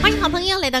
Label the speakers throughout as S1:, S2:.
S1: 欢迎好朋友来到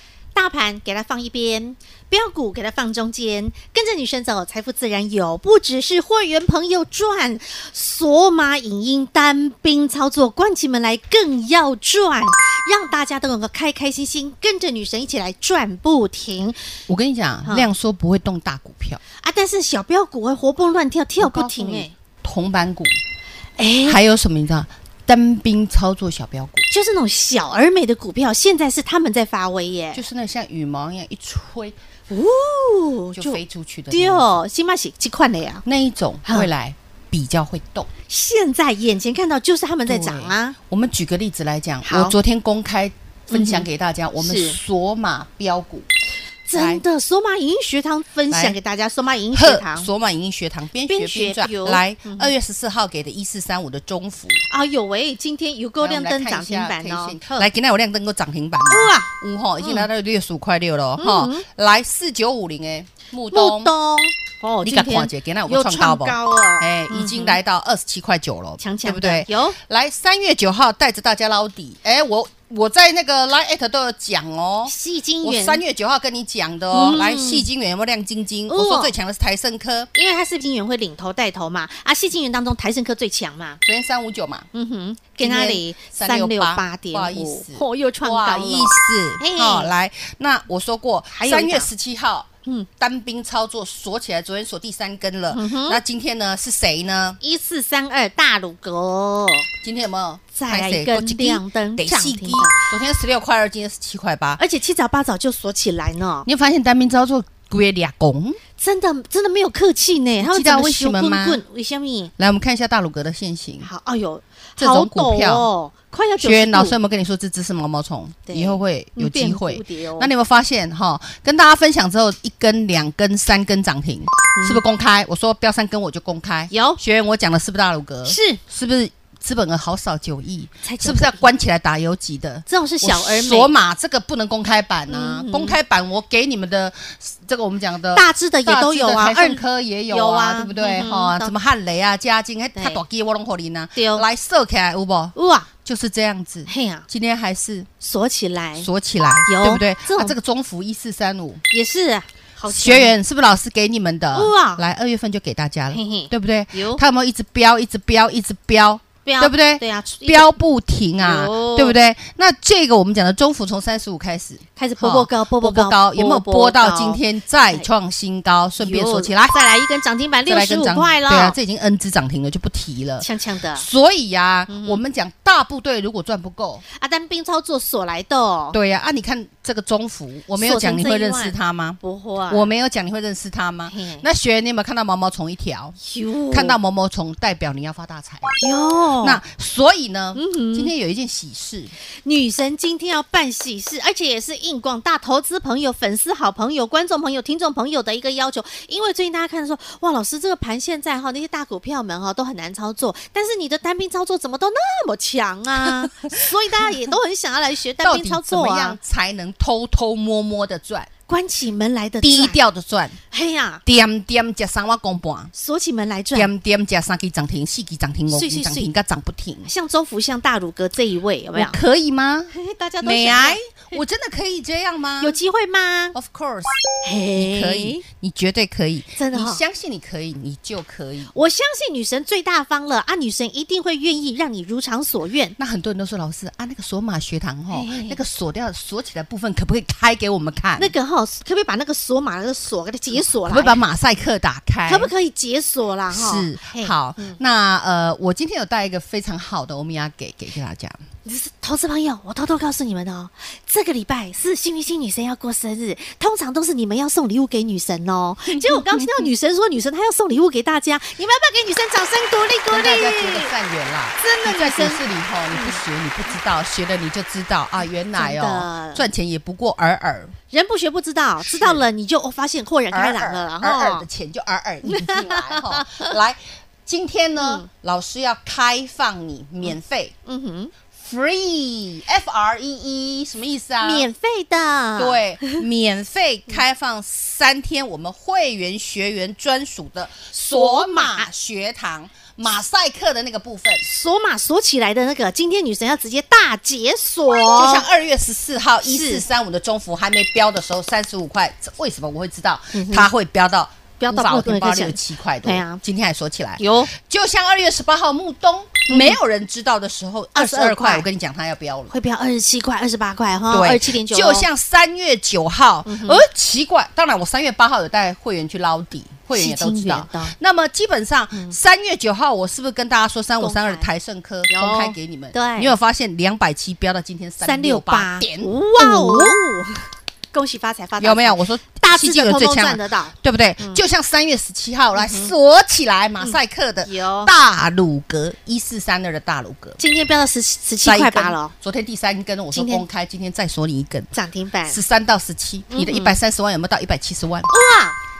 S1: 大盘给它放一边，标股给它放中间，跟着女生走，财富自然有。不只是会员朋友赚，索马影音单兵操作，关起门来更要赚，让大家都能够开开心心，跟着女神一起来赚不停
S2: 我跟你讲，
S1: 好
S2: 量缩不会动大股票，
S1: 啊！但是小标股会活蹦乱跳，跳不停
S2: 欸
S1: 哎、
S2: 铜板股，
S1: 哎、
S2: 还有什么你知道？单兵操作小标股，
S1: 就是那种小而美的股票，现在是他们在发威耶
S2: 就，是那像羽毛一样一吹
S1: 呜
S2: 就飞出去的那一种，
S1: 丢，新马喜几款的呀？
S2: 那一种
S1: 哈
S2: 未来比较会动。
S1: 现在眼前看到就是他们在涨啊，
S2: 我们举个例子来讲，
S1: 好嗯
S2: 我昨天公开分享给大家，我们
S1: 是
S2: 索马标股。
S1: 真的。索马影音学堂分享
S2: 来
S1: 给大家，索马影音学
S2: 呵，
S1: 堂
S2: 索马影音学堂
S1: 嗯
S2: 边
S1: 边
S2: 学
S1: 学
S2: 边
S1: 有
S2: 赚。来
S1: 嗯，
S2: 二月十四号给的一四三五的中幅，
S1: 啊，有喂，今天有够
S2: 来
S1: 亮
S2: 我们
S1: 灯
S2: 来
S1: 涨
S2: 看一
S1: 停
S2: 下
S1: 板哦
S2: K 线，来，今天有亮灯够涨停板吗，
S1: 哇，嗯
S2: 五吼，已经来到六十五块六了哦哈。来，四九五零哎，
S1: 木
S2: 木东，
S1: 东哦，
S2: 你
S1: 今
S2: 敢
S1: 天
S2: 看姐，今天有没
S1: 又
S2: 有创高
S1: 创
S2: 不？
S1: 高哦，
S2: 哎，
S1: 嗯
S2: 已经来到二十七块九了，
S1: 强强
S2: 对不
S1: 的
S2: 对？哦
S1: 有
S2: 来，三月九号带着大家捞底，哎，我我在那个 Line at 都有讲哦，
S1: 戏精
S2: 我
S1: 元，
S2: 三月九号跟你讲的哦
S1: 嗯，
S2: 来，戏精元有没有亮晶晶？
S1: 哦
S2: 我说最强的是台盛科，
S1: 因为它戏精元会领头带头嘛，啊，戏精元当中台盛科最强嘛，
S2: 昨天三五九嘛。
S1: 嗯哼，给
S2: 今天
S1: 那里三六八
S2: 368
S1: 点
S2: 不好意
S1: 五
S2: 思，
S1: 哦，又创
S2: 不
S1: 高
S2: 好
S1: 了
S2: 意，思
S1: 嘿，
S2: 哦，来，那我说过，
S1: 还有一
S2: 三
S1: 档
S2: 月十七号，
S1: 嗯嗯
S2: 嗯，单兵操作锁起来，昨天锁第三根了。那今天呢是谁呢？
S1: 一四三二大鲁格。
S2: 今天有没有
S1: 再来
S2: 拍谁
S1: 一根
S2: 够几滴
S1: 亮灯
S2: 得
S1: 涨
S2: 细
S1: 停
S2: 滴
S1: 板。
S2: 昨天十六块二，今天十七块八。
S1: 而且七早八早就锁起来呢，
S2: 你有发现单兵操作龟俩拱？
S1: 真的真的没有客气呢。他们
S2: 知道
S1: 怎么
S2: 为什么
S1: 熊
S2: 吗
S1: 棍棍为什么？
S2: 来，我们看一下大鲁格的现形。
S1: 好，哎呦，
S2: 这种
S1: 好
S2: 股
S1: 陡
S2: 票
S1: 哦，快要九
S2: 学员
S1: 十
S2: 老师有没有跟你说这只是毛毛虫？
S1: 对
S2: 以后会有
S1: 嗯变
S2: 机会
S1: 蝴蝶哦。
S2: 那你有没有发现哈？跟大家分享之后，一根、两根、三根涨停，
S1: 嗯
S2: 是不是公开？我说标三根我就公开。
S1: 有
S2: 学员，我讲的是不是大鲁格？
S1: 哦是哎
S2: 是不是资本额好少九亿？
S1: 才九
S2: 是不是要关起来打游击的？
S1: 这种是小而
S2: 我索
S1: 美，嗯
S2: 马这个不能公开版啊！公开版我给你们的这个我们讲的
S1: 大只的也都有啊，
S2: 大只的台盛科也有啊，
S1: 有啊
S2: 对不对？
S1: 嗯哼
S2: 哈，
S1: 都
S2: 什么汉雷啊、嘉金，哎，
S1: 对
S2: 他大鸡我拢可林啊
S1: 对哦，
S2: 来射起来有不？
S1: 哇，
S2: 就是这样子。
S1: 嘿呀，
S2: 今天还是
S1: 锁起来
S2: 锁起来，
S1: 哎有
S2: 对不对？
S1: 这种
S2: 啊，这个中幅一四三五，
S1: 也是好强
S2: 学，员是不是老师给你们的？
S1: 哇
S2: 来二月份就给大家了
S1: 嘿嘿，
S2: 对不对
S1: 有？
S2: 他有没有一直飙，一直飙，一直飙，
S1: 标
S2: 对不对
S1: 对啊，一哦
S2: 飙不停啊
S1: 有，
S2: 对不对？那这个我们讲的中幅从三十五开始。
S1: 开始波波高，
S2: 哦
S1: 波波
S2: 波
S1: 高，
S2: 有没有波到今天再创新高？顺便
S1: 有
S2: 说起来，
S1: 再来一根涨停板
S2: 再
S1: 六
S2: 来
S1: 十
S2: 跟
S1: 五
S2: 涨
S1: 块了，
S2: 对啊，这已经 N 只涨停了，就不提了。
S1: 呛呛的
S2: 所以呀、我们讲大部队如果赚不够，
S1: 啊，单兵操作锁来的哦，
S2: 对呀啊，你看这个中幅，我没有讲你会认识他吗？
S1: 不会，
S2: 我没有讲你会认识他吗
S1: 嘿？哦
S2: 那学员，你有没有看到毛毛虫一条？
S1: 哟
S2: 看到毛毛虫，代表你要发大财。
S1: 哟，
S2: 那所以呢，
S1: 哦嗯哼
S2: 今天有一件喜事，
S1: 女神今天要办喜事，而且也是应广大投资朋友、粉丝、好朋友、观众朋友、听众朋友的一个要求。因为最近大家看说，哇，老师这个盘现在哈那些大股票们哈都很难操作，但是你的单兵操作怎么都那么强 啊？所以大家也都很想要来学单
S2: 到
S1: 兵
S2: 底
S1: 操
S2: 怎
S1: 作
S2: 么
S1: 啊
S2: 样，才能偷偷摸摸的赚，
S1: 关起门来的
S2: 低
S1: 赚，
S2: 调的赚，
S1: 嘿呀、
S2: 点点加三万公半，
S1: 锁起门来赚。
S2: 点点加三支涨停，四支涨停，五
S1: 碎碎
S2: 支涨
S1: 碎
S2: 停，个涨不停。
S1: 像周福、像大鲁哥这一位有没有
S2: 我？可以吗？
S1: 嘿大家都
S2: 美
S1: 想
S2: 癌
S1: 要，
S2: 我真的可以这样吗？
S1: 有机会吗？
S2: Of course，
S1: 嘿
S2: 嗯哦可以，你绝对可以，
S1: 真的
S2: 你
S1: 哈
S2: 相信你可以，你就可以。
S1: 我相信女神最大方了啊！女神一定会愿意让你如偿所愿。
S2: 那很多人都说老师啊，那个索马学堂哈
S1: 嘿嘿，
S2: 那个锁掉锁起来部分可不可以开给我们看？
S1: 那个哈，可不可以把那个锁码那个锁给它解锁了？
S2: 可不可以把马赛克打开？
S1: 可不可以解锁啦？哈，
S2: 是
S1: 嘿嗯
S2: 好，那呃，我今天有带一个非常好的欧米茄给给大家，
S1: 投资朋友，我偷偷告诉你们哦，这个礼拜是幸运星女神要过生日，通常都是你们要送礼物给女神 哦。结果我刚听到女神说，女神她要送礼物给大家，你们要不要给女神掌声鼓励鼓
S2: 跟大家说个
S1: 励？
S2: 善缘啦。
S1: 真的女
S2: 你在股
S1: 生
S2: 市里头，你不学你不知道，学了你就知道啊，原来
S1: 真
S2: 哦
S1: 的，
S2: 赚钱也不过尔尔，
S1: 人不学不知道，知道了你就哦发现豁然开
S2: 尔
S1: 朗
S2: 尔
S1: 了啦，
S2: 尔
S1: 然
S2: 尔
S1: 后
S2: 的钱就尔尔引进来 哈。来，今天呢，老师要开放你免费
S1: 嗯哼，
S2: free f r e e 什么意思啊？
S1: 免费的，，
S2: 对，免费开放三天，我们会员学员专属的索马学堂马赛克的那个部分，
S1: 锁码锁起来的那个，今天女神要直接大解锁，
S2: 就像二月十四号一
S1: 是
S2: 四三五的中幅还没标的时候，三十五块，这为什么我会知道它会标到
S1: 飙到
S2: 无法
S1: 不
S2: 无天
S1: 能
S2: 八
S1: 再想
S2: 六七块多？
S1: 对啊
S2: 今天还锁起来。
S1: 有
S2: 就像二月十八号木东没有人知道的时候，二十
S1: 22
S2: 二
S1: 块
S2: 块，我跟你讲它要标了。
S1: 会飙二十七块、二十八块哈，
S2: 对，
S1: 啊二十七点九，嗯
S2: 就像三月九号，呃，奇怪，当然我三月八号有带会员去捞底，会员也都
S1: 吸
S2: 知道
S1: 金嗯源的。
S2: 那么基本上三月九号，我是不是跟大家说三五
S1: 公开
S2: 三二台盛科
S1: 有
S2: 公开给你们？
S1: 对
S2: 你有没有发现两百七飙到今天三六八点五？
S1: 哇哦！恭喜发财发大财！
S2: 有没有？我说
S1: 大
S2: 七
S1: 智
S2: 季
S1: 者
S2: 有
S1: 通
S2: 最
S1: 通
S2: 强
S1: 赚嗯
S2: 了，
S1: 得到？
S2: 对不对？就像三月十七号来锁起来马赛克的
S1: 嗯有
S2: 大鲁格一四三二的大鲁格，
S1: 今天飙到十十七
S2: 再一
S1: 块
S2: 根
S1: 八了哦，
S2: 昨天第三根我说
S1: 今天
S2: 公开，今天再锁你一根。
S1: 涨停板
S2: 十三到十七，你
S1: 嗯
S2: 的一百三十万有没有到一百七十万
S1: 哇！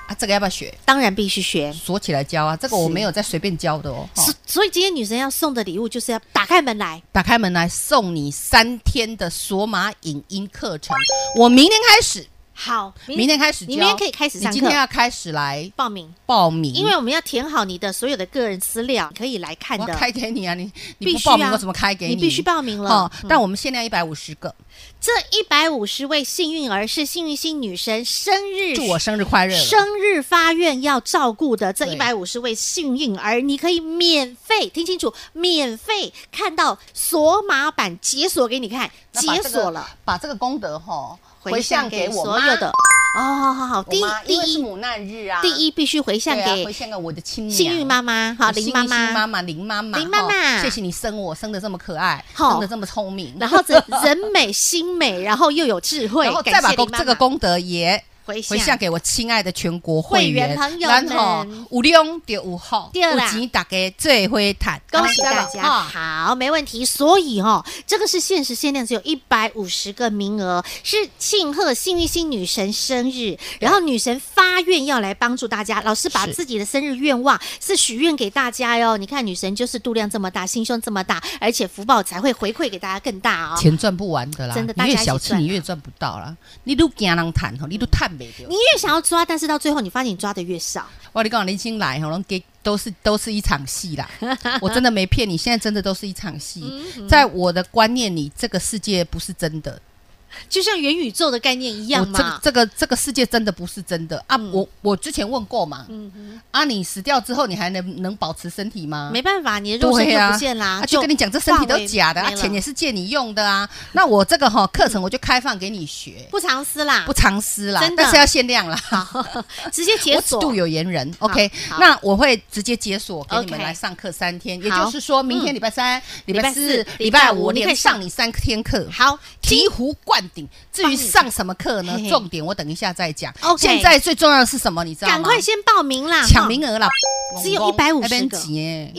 S2: 啊？这个要不要学？
S1: 当然必须学。
S2: 锁起来教啊，这个我没有在随便教的哦。哈
S1: 所所以今天女神要送的礼物就是要打开门来，
S2: 打开门来送你三天的索马影音课程，我明天开始，
S1: 好，
S2: 明天开始教，
S1: 你明天可以开始上
S2: 你今
S1: 课
S2: 天要开始来
S1: 报名，
S2: 报名，
S1: 因为我们要填好你的所有的个人资料，可以来看
S2: 我要
S1: 的。
S2: 开给你啊，你你
S1: 必
S2: 不
S1: 须啊
S2: 报名我怎么开给你？
S1: 你必须报名了
S2: 哦
S1: 嗯
S2: 但我们限量一百五十个，
S1: 这一百五十位幸运儿是幸运星女神生日
S2: 祝我生日快乐了！
S1: 生日发愿要照顾的这一
S2: 对
S1: 百五十位幸运儿，你可以免费听清楚，免费看到索马版解锁给你看，
S2: 那把
S1: 解
S2: 这个
S1: 锁了，，
S2: 把这个功德哈回向给我
S1: 所
S2: 妈
S1: 有的。哦，好好好，
S2: 我
S1: 第一
S2: 妈
S1: 第
S2: 因为是
S1: 一
S2: 母难日啊，
S1: 第一必须回向
S2: 对啊，回
S1: 给
S2: 献给我的亲娘
S1: 幸运妈妈，好
S2: 我幸
S1: 林
S2: 运
S1: 妈
S2: 幸运妈
S1: 妈，
S2: 妈，林妈妈，
S1: 林妈妈
S2: 哦谢谢你生我，生的这么可爱，
S1: 好
S2: 生的这么聪明，
S1: 然后人人美心美，然后又有智慧
S2: 然后，
S1: 感
S2: 再把
S1: 谢
S2: 功
S1: 林妈
S2: 这个
S1: 妈
S2: 功德也
S1: 回
S2: 回
S1: 向
S2: 向。给我亲爱的全国会
S1: 会员
S2: 员
S1: 朋友
S2: 然后哦
S1: 们
S2: 五六就五号，
S1: 对啦
S2: 有钱大家最会谈，
S1: 恭喜大
S2: 这
S1: 家！
S2: 样吧。哦
S1: 好，没问题。所以哦，这个是限时限量，只有一百五十个名额，是庆贺幸运星女神生日，然后女神发愿要来帮助大家。老师把
S2: 是
S1: 自己的生日愿望是许愿给大家哟。你看女神就是度量这么大，心胸这么大，而且福报才会回馈给大家更大哦。
S2: 钱赚不完的啦，
S1: 真的大
S2: 你
S1: 家
S2: 越
S1: 一起
S2: 小气
S1: 赚啊
S2: 你越赚不到啦，你都惊人谈吼，你都探不
S1: 你
S2: 到。
S1: 越想要抓，但是到最后你发现你抓的越少。
S2: 我跟你讲林心来吼，拢给都是都是一场戏 啦，我真的没骗你，现在真的都是一场戏。
S1: 嗯
S2: 在我的观念里，这个世界不是真的，
S1: 就像元宇宙的概念一
S2: 我
S1: 样
S2: 这个
S1: 嘛。
S2: 这个这个世界真的不是真的啊！
S1: 嗯
S2: 我我之前问过嘛，
S1: 嗯哼，
S2: 啊，你死掉之后你还能能保持身体吗？
S1: 没办法，你的肉身
S2: 对
S1: 就
S2: 啊，
S1: 不见啦，
S2: 啊就跟你讲，这身体都假的，
S1: 化
S2: 啊，
S1: 为没
S2: 钱
S1: 了
S2: 也是借你用的啊。那我这个哈课程我就开放给你学，
S1: 不藏私啦，
S2: 不藏私啦
S1: 嗯真的，
S2: 但是要限量啦。
S1: 直接解
S2: 我只
S1: 锁。
S2: 度有缘人，OK，
S1: 好
S2: 那我会直接解锁给你
S1: OK
S2: 们来上课三天，也
S1: 好嗯
S2: 就是说明天礼拜三、礼
S1: 拜
S2: 拜
S1: 四
S2: 四、礼
S1: 礼
S2: 拜
S1: 拜五
S2: 五
S1: 你可以
S2: 连
S1: 上
S2: 上你三天课，
S1: 好，
S2: 醍醐灌顶。至
S1: 帮你
S2: 于上什么课呢
S1: 嘿嘿？
S2: 重点我等一下再讲。
S1: OK
S2: 现在最重要的是什么？你知道吗？
S1: 赶快先报名啦！
S2: 抢名额啦！
S1: 只有150个哦
S2: 个，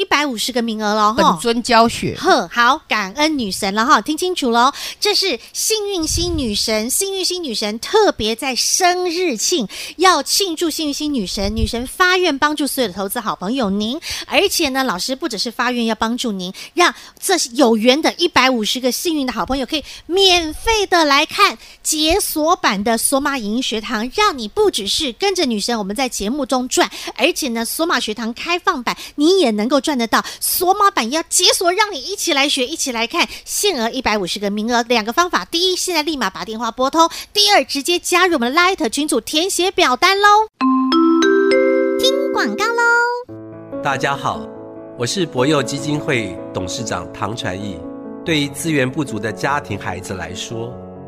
S1: 一百五十个名额喽，
S2: 本
S1: 哈。
S2: 尊教学。
S1: 呵，好，感恩女神了哈，听清楚喽，这是幸运星女神，幸运星女神特别在生日庆要庆祝幸运星女神，女神发愿帮助所有的投资好朋友您，而且呢，老师不只是发愿要帮助您，让这有缘的一百五十个幸运的好朋友可以免费的来看解锁版的索马影音学堂，让你不只是跟着女神我们在节目中转，而且呢，索马学堂开放版你也能够赚得到，索马版要解锁，让你一起来学，一起来看，限额一百五十个名额，两个方法，第一，现在立马把电话拨通；第二，直接加入我们 Light 群组填写表单喽。听广告喽。
S3: 大家好，我是博幼基金会董事长唐传义。对于资源不足的家庭孩子来说，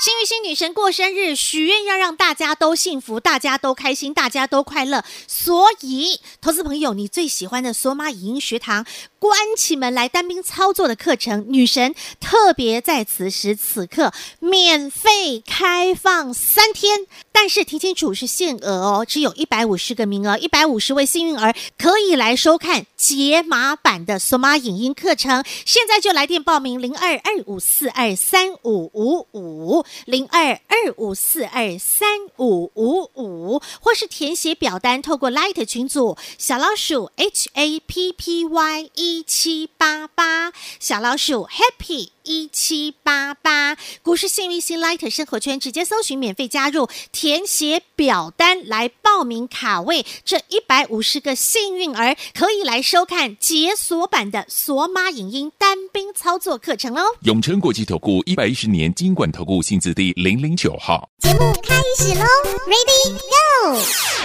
S1: 幸运星女神过生日，许愿要让大家都幸福，大家都开心，大家都快乐。所以，投资朋友，你最喜欢的索马影音学堂关起门来单兵操作的课程，女神特别在此时此刻免费开放三天，但是听清楚是限额哦，只有一百五十个名额，一百五十位幸运儿可以来收看解码版的索马影音课程。现在就来电报名零二二五四二三五五五。零二二五四二三五五五，或是填写表单，透过 Light 群组小老鼠 H A P P Y 一七八八，小老鼠 Happy 一七八八，股市幸运星 Light 生活圈直接搜寻免费加入，填写表单来报名卡位，这一百五十个幸运儿可以来收看解锁版的索马影音单兵操作课程喽。哦
S4: 永诚国际投顾一百一十年金管投顾新字第零零九号，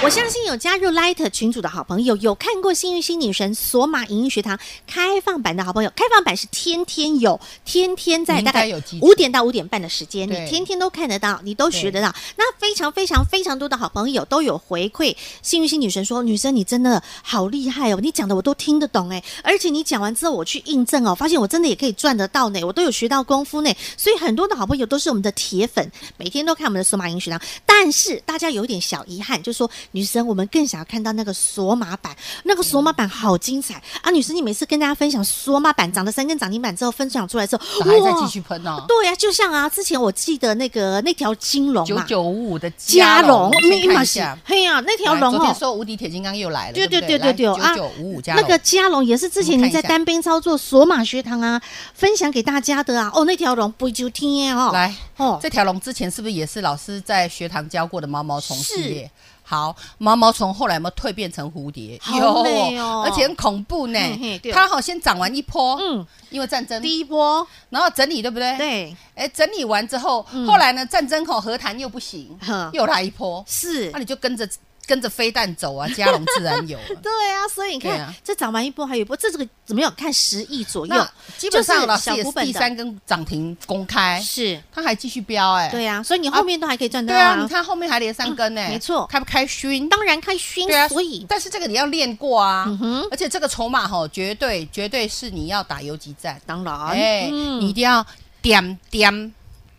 S1: 我相信有加入 Light 群组的好朋友，有看过《幸运星女神索马影音学堂》开放版的好朋友，开放版是天天有，天天在
S2: 你应
S1: 大
S2: 该
S1: 概
S2: 有记住
S1: 五点到五点半的时间，你
S2: 对
S1: 天天都看得到，你都学得到。那非常非常非常多的好朋友都有回馈，幸运星女神说：“女生你真的好厉害哦，你讲的我都听得懂哎，而且你讲完之后我去印证哦，发现我真的也可以赚得到呢，我都有学到功夫呢。”所以很多的好朋友都是我们的铁粉，每天都看我们的索马影音学堂。但是大家有一点小遗憾，就是说女生我们更想要看到那个索马版，那个索马版好精彩啊！女生你每次跟大家分享索马版涨了三根涨停板之后，分享出来之后，
S2: 还在
S1: 哇
S2: 继续喷哦呢。
S1: 对啊，就像啊，之前我记得那个那条金龙
S2: 九
S1: 嘛，
S2: 九五五的
S1: 嘉龙，嗯
S2: 先看
S1: 是
S2: 一下，。
S1: 嘿呀、那条
S2: 来
S1: 龙
S2: 昨天
S1: 哦。
S2: 说无敌铁金刚又来了，
S1: 对
S2: 对
S1: 对对对对
S2: 九
S1: 啊
S2: 九五五加
S1: 那个嘉龙也是之前
S2: 我们
S1: 你
S2: 看一下
S1: 在单边操作索马学堂啊，分享给大家的啊。哦，那条龙不就天哦，
S2: 来
S1: 哦，
S2: 这条龙之前是不是也是老师在学堂教过的毛毛虫系列
S1: 是？
S2: 好，毛毛虫后来有没有蜕变成蝴蝶？
S1: 好美
S2: 有
S1: 哦
S2: 而且很恐怖呢
S1: 嘿嘿对。
S2: 它好先涨完一波，
S1: 嗯，
S2: 因为战争，
S1: 第一波，
S2: 然后整理，对不对？。
S1: 对，嗯
S2: 哎，整理完之后，后来呢，战争口和谈又不行
S1: 呵，
S2: 又来一波，
S1: 是
S2: 那，你就跟着跟着飞弹走啊，加龙自然有了
S1: 对啊，所以你
S2: 对
S1: 看、
S2: 啊
S1: 这涨完一波还有一波，这这个怎么样？看十亿左右
S2: 那，基本
S1: 就
S2: 上
S1: 是
S2: 老师
S1: 小
S2: 也
S1: 股
S2: 是
S1: 本
S2: 第
S1: 的
S2: 三根涨停公开，
S1: 是，
S2: 它还继续飙哎，
S1: 对啊，所以你后面都还可以赚到
S2: 对啊，你看后面还连三根呢，
S1: 没错
S2: 开不开心？
S1: 当然开心，
S2: 对啊，
S1: 所以
S2: 但是这个你要练过啊，
S1: 嗯哼
S2: 而且这个筹码哈，绝对绝对是你要打游击战，
S1: 当然，
S2: 哎，你一定要点点，
S1: 嗯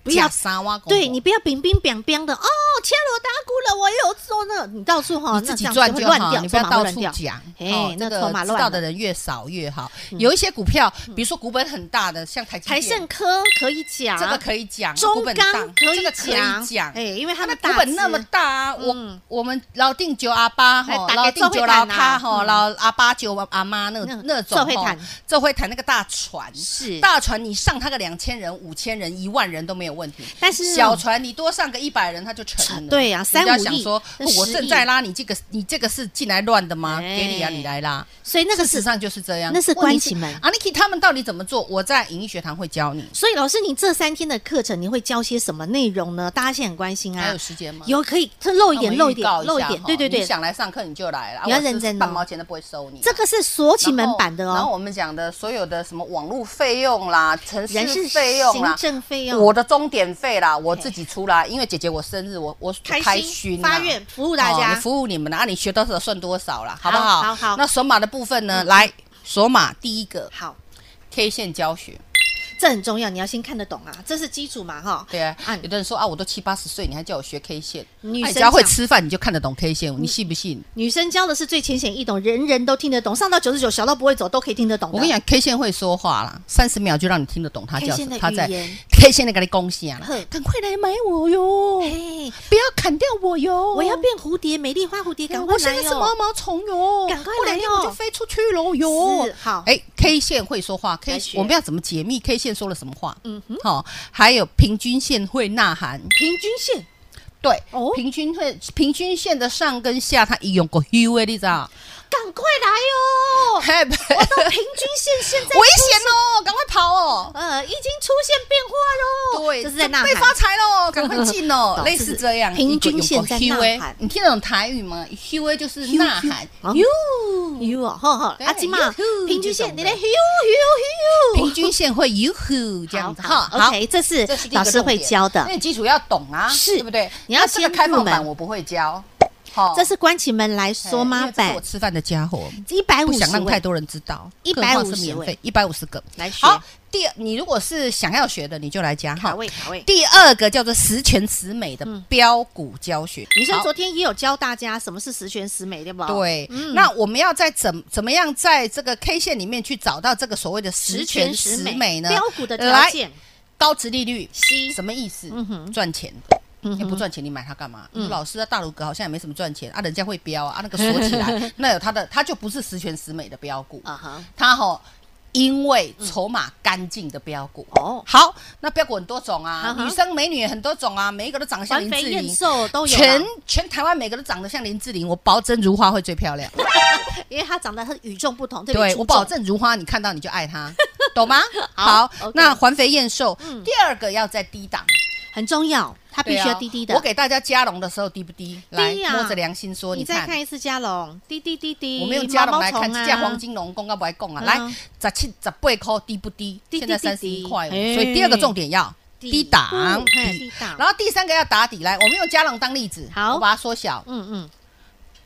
S1: 不要
S2: 三挖
S1: 对你不要冰冰冰冰的哦，天罗打鼓了，我有做呢，你到处哈，
S2: 你自己
S1: 哦那这样
S2: 赚
S1: 会
S2: 就
S1: 乱
S2: 好，
S1: 掉，
S2: 你不要
S1: 筹码会
S2: 到
S1: 乱
S2: 处
S1: 掉
S2: 讲。
S1: 哎
S2: 哦
S1: 那
S2: 这
S1: 筹码
S2: 个知
S1: 乱
S2: 道
S1: 了嗯
S2: 的人越少越好。有一些股票，比如说股本很大的，像台积
S1: 台
S2: 电，
S1: 盛科可以讲，
S2: 这个可以讲，
S1: 中
S2: 股本大
S1: 钢可
S2: 这
S1: 以
S2: 个可以讲，
S1: 哎，因为
S2: 它
S1: 他们
S2: 的股
S1: 大
S2: 本那
S1: 资
S2: 么大啊，
S1: 嗯
S2: 我我们老定九阿八
S1: 来
S2: 吼，
S1: 打
S2: 老
S1: 给
S2: 定
S1: 做
S2: 九
S1: 会
S2: 老
S1: 谈
S2: 咖
S1: 啊
S2: 吼，
S1: 嗯
S2: 老阿八九阿妈那
S1: 那
S2: 那种
S1: 做会
S2: 吼
S1: 谈，
S2: 这会谈那个大船
S1: 是
S2: 大船，你上它个两千人、五千人、一万人都没有问题，
S1: 但是
S2: 小船你多上个一百人，它就沉
S1: 沉
S2: 了。
S1: 对啊
S2: 你
S1: 三
S2: 不要
S1: 五
S2: 想
S1: 亿
S2: 说
S1: 那
S2: 哦我
S1: 十
S2: 正
S1: 亿
S2: 在拉，你这个你这个是进来乱的吗？给你啊，
S1: 哎
S2: 你来拉。
S1: 所以那个
S2: 事实
S1: 是，
S2: 上就是啊这样，
S1: 那是
S2: 问题
S1: 关起门啊
S2: 阿 n i k i 他们到底怎么做？我在影艺学堂会教你。
S1: 所以老师，你这三天的课程你会教些什么内容呢？大家现在很关心
S2: 还
S1: 啊
S2: 有，时间吗？
S1: 有可以这露一
S2: 那
S1: 点，
S2: 我
S1: 露一
S2: 们预
S1: 点
S2: 告，
S1: 露一哦
S2: 下
S1: 点，
S2: 哈
S1: 对对
S2: 你
S1: 对，
S2: 想来上课你就来了，啊
S1: 你要
S2: 我是
S1: 认真哦
S2: 半毛钱都不会收你。
S1: 这个是锁起门版的
S2: 然后然
S1: 哦，
S2: 后我们讲的所有的什么网络费用啦、城
S1: 人
S2: 市
S1: 事
S2: 费用啦
S1: 行、政费用，啊
S2: 我的终点费啦，我自己出啦，因为姐姐我生日，我我
S1: 开心
S2: 心啦
S1: 发愿服务大
S2: 哦
S1: 家
S2: 你服务你们啦，啊你学多少算多少啦，好不
S1: 好
S2: 好？
S1: 好嗯好
S2: 那索马的部分呢？来，索马第一个
S1: 好，
S2: K 线教学，
S1: 这很重要，你要先看得懂啊，这是基础嘛哈。
S2: 对啊
S1: 啊，
S2: 有的人说啊，我都七八十岁，你还叫我学 K 线，
S1: 女
S2: 啊
S1: 生
S2: 你只要会
S1: 讲
S2: 吃饭，你就看得懂 K 线，你信不信？
S1: 女生教的是最浅显易懂，人人都听得懂，上到九十九，小到不会走都可以听得懂的。
S2: 我跟你讲，K 线会说话啦，三十秒就让你听得懂他
S1: K
S2: 叫什
S1: 线的
S2: 么，他在
S1: 语言
S2: K 线那个你恭喜啊
S1: 哼，
S2: 赶快来买我哟，
S1: 嘿，
S2: 不要砍掉我哟，
S1: 我要变蝴蝶，美丽花蝴蝶，赶快
S2: 我现
S1: 来哦
S2: 在是
S1: 哟、
S2: 毛毛虫哟，
S1: 赶快
S2: 过两
S1: 来
S2: 天
S1: 哟
S2: 我就飞出去喽哟
S1: 是。好
S2: 哎，K 线会说话，K
S1: 来学
S2: 我们要怎么解密 K 线说了什么话？
S1: 嗯
S2: 嗯
S1: 哼
S2: 哼，好，还有平均线会呐喊，
S1: 平均线
S2: 对
S1: 哦，
S2: 平均会平均线的上跟下，它一用过 U 的，你知道？
S1: 赶快来哟、
S2: 嘿， App，危险
S1: 到平均线现 在
S2: 哦，赶快跑哦！
S1: 呃已经出现变化喽，
S2: 对，
S1: 哦就是在呐
S2: 被
S1: 喊
S2: 发。财喽，赶快进 哦
S1: 哦，
S2: 类似这样。
S1: 平均线在呐喊
S2: 一个有个 HUA 你听得懂台语吗？Q 就是呐喊，
S1: 哟哟，吼吼，
S2: 对
S1: 阿金嘛
S2: yoo-hoo，，
S1: 平均
S2: 这
S1: 线
S2: 种
S1: 你
S2: 的
S1: 来咻咻咻，
S2: 平均线会 you who 这样子哈。
S1: 好，OK，这是
S2: 这是第一
S1: 老
S2: 个
S1: 师会
S2: 重点
S1: 教的
S2: 那。你基础要懂啊，
S1: 是
S2: 对不对？
S1: 你要
S2: 那这个
S1: 先
S2: 开
S1: 入
S2: 放版
S1: 门
S2: 我不会教，好
S1: 这是关起门来说妈
S2: 哦哎因为这是
S1: 版
S2: 我，吃饭的家伙，
S1: 一百
S2: 不
S1: 五
S2: 想
S1: 十
S2: 让太
S1: 位
S2: 多人知道，
S1: 150
S2: 更何况是免费，一百五十个。
S1: 来学
S2: 好，第二，你如果是想要学的，你就来加
S1: 卡
S2: 哈。
S1: 位卡位。
S2: 第二个叫做十全十美的标股教学，
S1: 女生
S2: 好
S1: 昨天也有教大家什么是十全十美，对不？，
S2: 对，
S1: 嗯
S2: 那我们要在怎怎么样在这个 K 线里面去找到这个所谓的十全十美呢？
S1: 标股的条
S2: 来
S1: 件，
S2: 高值利率
S1: 吸
S2: 什么意思
S1: 嗯哼？
S2: 赚钱。欸
S1: 嗯
S2: 也不
S1: 哼，
S2: 赚钱，你买它干嘛？
S1: 嗯
S2: 老师的大鲁阁好像也没什么赚钱啊，人家会标啊，啊那 个锁起来，那有它的，它就不是十全十美的标股，
S1: 啊哈，
S2: 它吼因为筹码干净的标股。
S1: 哦，
S2: 好，那标股很多种啊
S1: 嗯，哼
S2: 女生美女也很多种啊，每一个都长得像
S1: 环
S2: 林
S1: 肥
S2: 志
S1: 燕
S2: 玲，
S1: 瘦都有啦，
S2: 全哦全台湾每个都长得像林志玲，我保证如花会最 漂亮。
S1: 因为它长得很与众不同，对不
S2: 对
S1: 出
S2: 我保
S1: 众
S2: 证如花，你看到你就 爱她，懂吗？
S1: 好
S2: 好
S1: OK，
S2: 那环肥燕瘦，第二个要在低档，
S1: 很重要，它必
S2: 对啊
S1: 须要低低的。
S2: 我给大家加绒的时候低不低？来
S1: 低啊
S2: 摸着良心说，
S1: 你
S2: 你
S1: 再
S2: 看
S1: 看。一次加龙，滴滴滴滴，
S2: 我们用加绒
S1: 毛毛
S2: 来看，
S1: 虫啊
S2: 这架黄金龙公告不爱供啊，
S1: 嗯
S2: 来十七十八块低不低？
S1: 低
S2: 现在
S1: 低低
S2: 三十一
S1: 低
S2: 块五，
S1: 嘿
S2: 所以第二个重点要低档
S1: 嗯嘿
S2: 低
S1: 低档，
S2: 然后第三个要打底，来，我们用加绒当例子，
S1: 好
S2: 我把它缩小，
S1: 嗯嗯，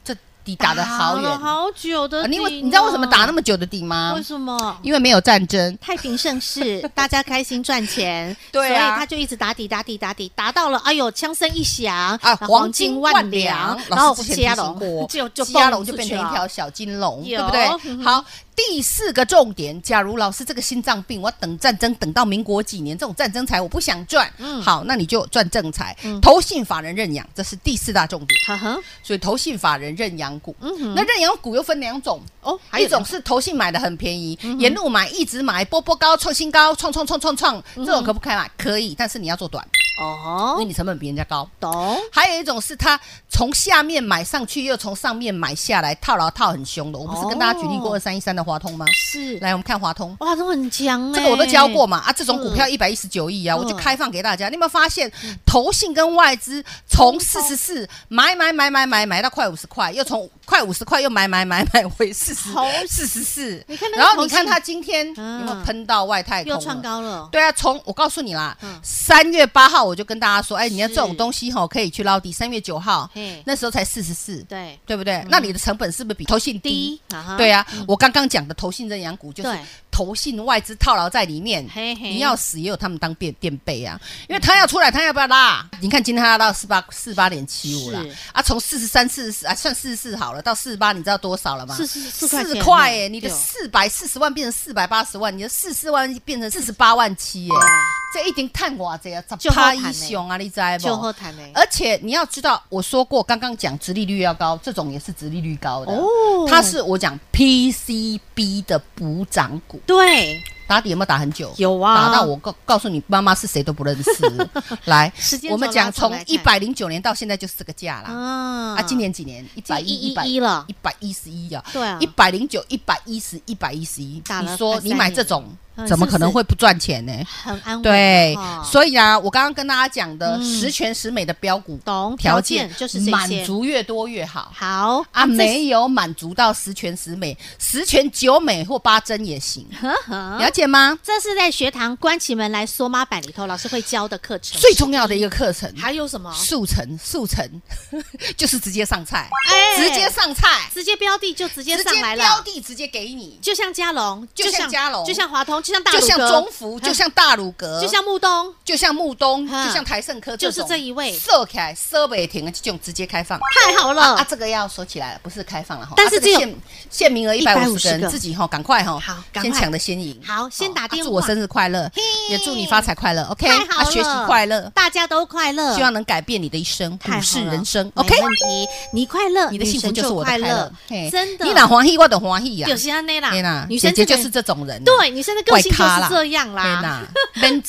S2: 这底打的好
S1: 打了
S2: 远，
S1: 好久的底
S2: 啊
S1: 呢，
S2: 因为你知道为什么打那么久的底吗
S1: 嗯为？什么？
S2: 因为没有战争，
S1: 太平盛 世，大家开心赚钱，
S2: 对
S1: 所
S2: 啊
S1: 以他就一直打底打底打底，打到了，哎呦，枪声一响
S2: 啊，黄金万两
S1: 两，，然后
S2: 老师之前
S1: 加
S2: 提醒
S1: 龙
S2: 过，
S1: 就就
S2: 加
S1: 蹦
S2: 龙就
S1: 出
S2: 变
S1: 去
S2: 成一
S1: 了
S2: 条小金龙，
S1: 有
S2: 对不对
S1: 嗯哼？
S2: 好，第四个重点，假如老师这个心脏病，我等战争等到民国几年，这种战争财我不想赚，
S1: 嗯
S2: 好，那你就赚正财，投信法人认养，这是第四大重点。
S1: 呵呵，
S2: 所以投信法人认养股，
S1: 嗯哼
S2: 那认养股又分两种
S1: 哦还有嗯
S2: 一种是投信买的很便宜，沿路买一直买，波波高创新高，创创创创创，这种可不可以买？可以，但是你要做短，因为
S1: 嗯哦，
S2: 你成本比人家高。
S1: 懂，
S2: 还有一种是他从下面买上去，又从上面买下来，套牢套很凶的。我不是跟大家举例过
S1: 哦
S2: 二三一三的华通吗？
S1: 是，
S2: 来，我们看华通，
S1: 哇，都很强
S2: 这
S1: 哎，
S2: 个我都教过嘛啊，这种股票一百一十九亿啊，
S1: 嗯
S2: 我就开放给大家。你有没有发现，投信跟外资从四十四买买买买买买到快五十块，又从快五十块又买买买买回四十
S1: 好
S2: 四十四
S1: 你看那，个
S2: 然后
S1: 投
S2: 你
S1: 信
S2: 看它今天
S1: 嗯
S2: 有没有喷到外太空
S1: 又
S2: 了？
S1: 创高嗯了，
S2: 对啊，从我告诉你啦，三月八号我就跟大家说，哎，你要这种东西吼可以去捞底。三月九号
S1: 嘿
S2: 那时候才四十四，
S1: 对，嗯
S2: 对不对？那你的成本是不是比投信低
S1: 低？，啊哈
S2: 对，啊，我刚刚讲的投信认养股就是
S1: 对
S2: 投信外资套牢在里面，
S1: 嘿嘿嗯
S2: 你要死也有他们当垫垫背啊，因为他要出来，他要不要拉？你看今天他拉到四八四八点七五了
S1: 是
S2: 啊，从四十三四十啊算四十四好了，到四十八你知道多少了吗？
S1: 44块钱
S2: 四
S1: 了
S2: 块哎，你的
S1: 对哦
S2: 四百四十万变成四百八十万，你的四四万变成四十八万
S1: 哦
S2: 七哎，这一定探我这啊，
S1: 就好
S2: 趴
S1: 赚
S2: 一
S1: 欸
S2: 雄啊，呃你知不？
S1: 就后谈哎，
S2: 而且你要知道，我说过，刚刚讲殖利率要高，这种也是殖利率高的。
S1: 哦
S2: 它是我讲 PCB 的补涨股，
S1: 对，
S2: 打底有没有打很久？
S1: 有啊
S2: 打到我告告诉你，妈妈是谁都不认 识。来
S1: 时间，轴
S2: 我们讲
S1: 拉长
S2: 从
S1: 来看
S2: 一百零九年到现在就是这个价啦。
S1: 啊
S2: 啊，今年几年？一百一、
S1: 111了
S2: 一百一十一啊，
S1: 对啊
S2: 一百零九、一百一十、一百一十一。
S1: 打了
S2: 你说
S1: 快
S2: 你
S1: 三
S2: 买
S1: 年
S2: 这种
S1: 嗯，
S2: 怎么
S1: 是不
S2: 可能
S1: 是
S2: 会不赚钱呢？
S1: 很安稳，
S2: 对
S1: 哦，
S2: 所以啊，我刚刚跟大家讲的
S1: 嗯
S2: 十全十美的标股
S1: 懂
S2: 条
S1: 条
S2: 件
S1: 件就是这些
S2: 满足越多越好
S1: 好
S2: 啊，
S1: 这
S2: 没有满足到十全十美，十全九美或八珍也行，
S1: 呵呵
S2: 了解吗？
S1: 这是在学堂关起门来说妈版里头老师会教的课程，
S2: 最重要的一个课程，
S1: 嗯还有啊什么？
S2: 速成速成， 就是直接上菜，
S1: 哎
S2: 直接上菜，
S1: 直接标的就直接
S2: 直
S1: 上来
S2: 接标
S1: 了，
S2: 的直接给你，
S1: 就像嘉龙，
S2: 就像嘉龙
S1: 就像华通，就像大
S2: 就
S1: 鲁阁，
S2: 像中
S1: 嗯
S2: 福，就像呃啊大鲁阁，
S1: 就像木东，
S2: 就像木东，
S1: 嗯
S2: 就像台盛科，
S1: 就是
S2: 种
S1: 这一位
S2: 射起来，射北停的这种直接开放。
S1: 太好了，
S2: 啊，这个要收起来了，不是开放了哈。
S1: 嗯但是
S2: 啊这
S1: 只有
S2: 个限限名额一百五
S1: 150
S2: 十人
S1: 个，
S2: 自己哈，赶快哈，
S1: 好赶快
S2: 先抢的先赢。
S1: 好先
S2: 哦
S1: 打
S2: 啊
S1: 电话
S2: 祝我生日快乐
S1: 嘿，
S2: 也祝你发财快乐，OK？
S1: 太好
S2: 啊
S1: 了，
S2: 学习快乐，
S1: 大家都快乐，
S2: 希望能改变你的一生，
S1: 太好
S2: 股市
S1: 了
S2: 人生
S1: 没
S2: ，OK？
S1: 问题，嗯你快乐，
S2: 你的幸
S1: 女
S2: 福
S1: 神
S2: 就是我的
S1: 快
S2: 快乐，嘿
S1: 真的，
S2: 你哪欢喜我的欢喜呀啊
S1: 有。些安内啦
S2: 嘿啦，，
S1: 女
S2: 姐
S1: 生
S2: 姐
S1: 这
S2: 就
S1: 个
S2: 是这种人啊，
S1: 对，女生的个性就
S2: 怪咖
S1: 是
S2: 啦
S1: 这样
S2: 嘿
S1: 啦。
S2: 啦，闷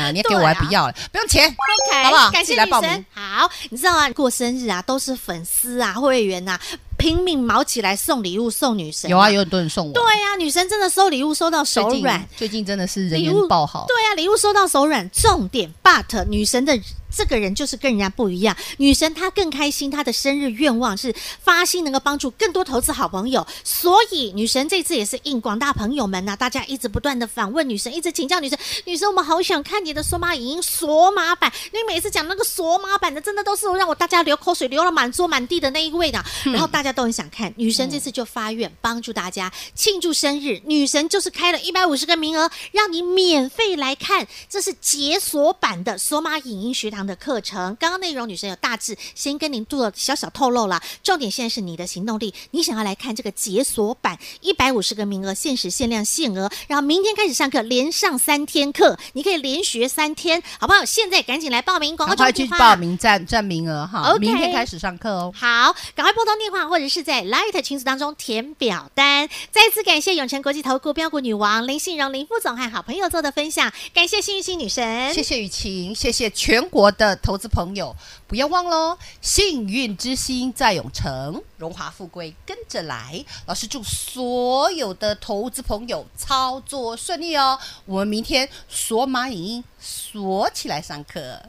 S2: 啊，你要给
S1: 对
S2: 我
S1: 啊
S2: 还不要了，不用钱
S1: OK，
S2: 好不好？
S1: 感
S2: 自己
S1: 谢
S2: 来
S1: 女
S2: 报名
S1: 神。。好，你知道啊，过生日啊，都是粉丝啊、会员啊拼命毛起来送礼物送女神、
S2: 有啊，有很多人送我。
S1: 对呀、女神真的收礼物收到手
S2: 最近
S1: 软，
S2: 最近真的是人
S1: 礼
S2: 缘
S1: 物
S2: 爆好。
S1: 对呀、啊礼物收到手软，重点 but 女神的这个人就是跟人家不一样，女神她更开心，她的生日愿望是发心能够帮助更多投资好朋友，所以女神这次也是应广大朋友们呐、啊大家一直不断的访问女神，一直请教女神，女神我们好想看你的索马影音索马版，你每次讲那个索马版的，真的都是让我大家流口水流了满桌满地的那一位的，
S2: 嗯
S1: 然后大家都很想看，女神这次就发愿帮助大家庆祝生日，女神就是开了一百五十个名额，让你免费来看，这是解锁版的索马影音学堂的课程。刚刚内容女神有大致先跟您做小小透露了，重点现在是你的行动力，你想要来看这个解锁版一百五十个名额，限时限量限额，然后明天开始上课，连上三天课，你可以连学三天，好不好？现在赶紧来报名，广告
S2: 赶
S1: 中
S2: 快
S1: 的
S2: 去
S1: 电话
S2: 报名占占名额哈
S1: OK
S2: 明天开始上课哦。
S1: 好，赶快拨通电话，或者是在 Light 群组当中填表单。再次感谢永诚国际投顾标股女王林信荣林副总和好朋友做的分享，感谢幸运星女神
S2: 谢。谢雨晴，谢谢全国的投资朋友，不要忘喽！幸运之星在永城，荣华富贵跟着来。老师祝所有的投资朋友操作顺利哦！我们明天锁马影音锁起来上课。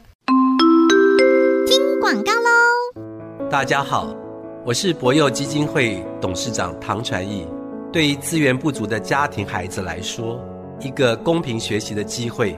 S1: 广告喽，
S3: 大家好，我是博幼基金会董事长唐传义。对于资源不足的家庭孩子来说，一个公平学习的机会，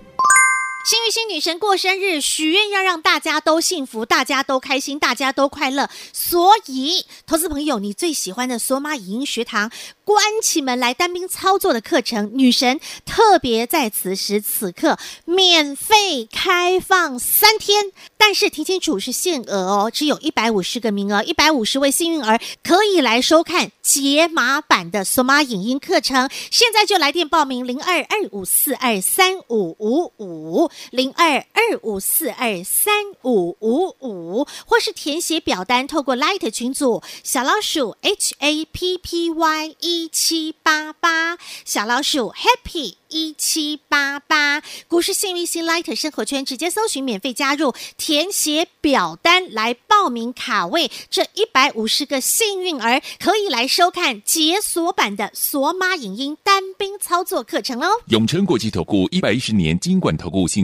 S1: 幸运星女神过生日，许愿要让大家都幸福，大家都开心，大家都快乐。所以，投资朋友，你最喜欢的索马影音学堂关起门来单兵操作的课程，女神特别在此时此刻免费开放三天，但是听清楚是限额哦，只有一百五十个名额，一百五十位幸运儿可以来收看解码版的索马影音课程。现在就来电报名零二二五四二三五五五零二二五四二三五五五，或是填写表单，透过 Light 群组小老鼠 H A P P Y 一七八八小老鼠 Happy。一七八八，股市幸运星 Light 生活圈直接搜寻免费加入，填写表单来报名卡位。这一百五十个幸运儿可以来收看解锁版的索马影音单兵操作课程哦。
S4: 永诚国际投顾一百一十年金管投顾性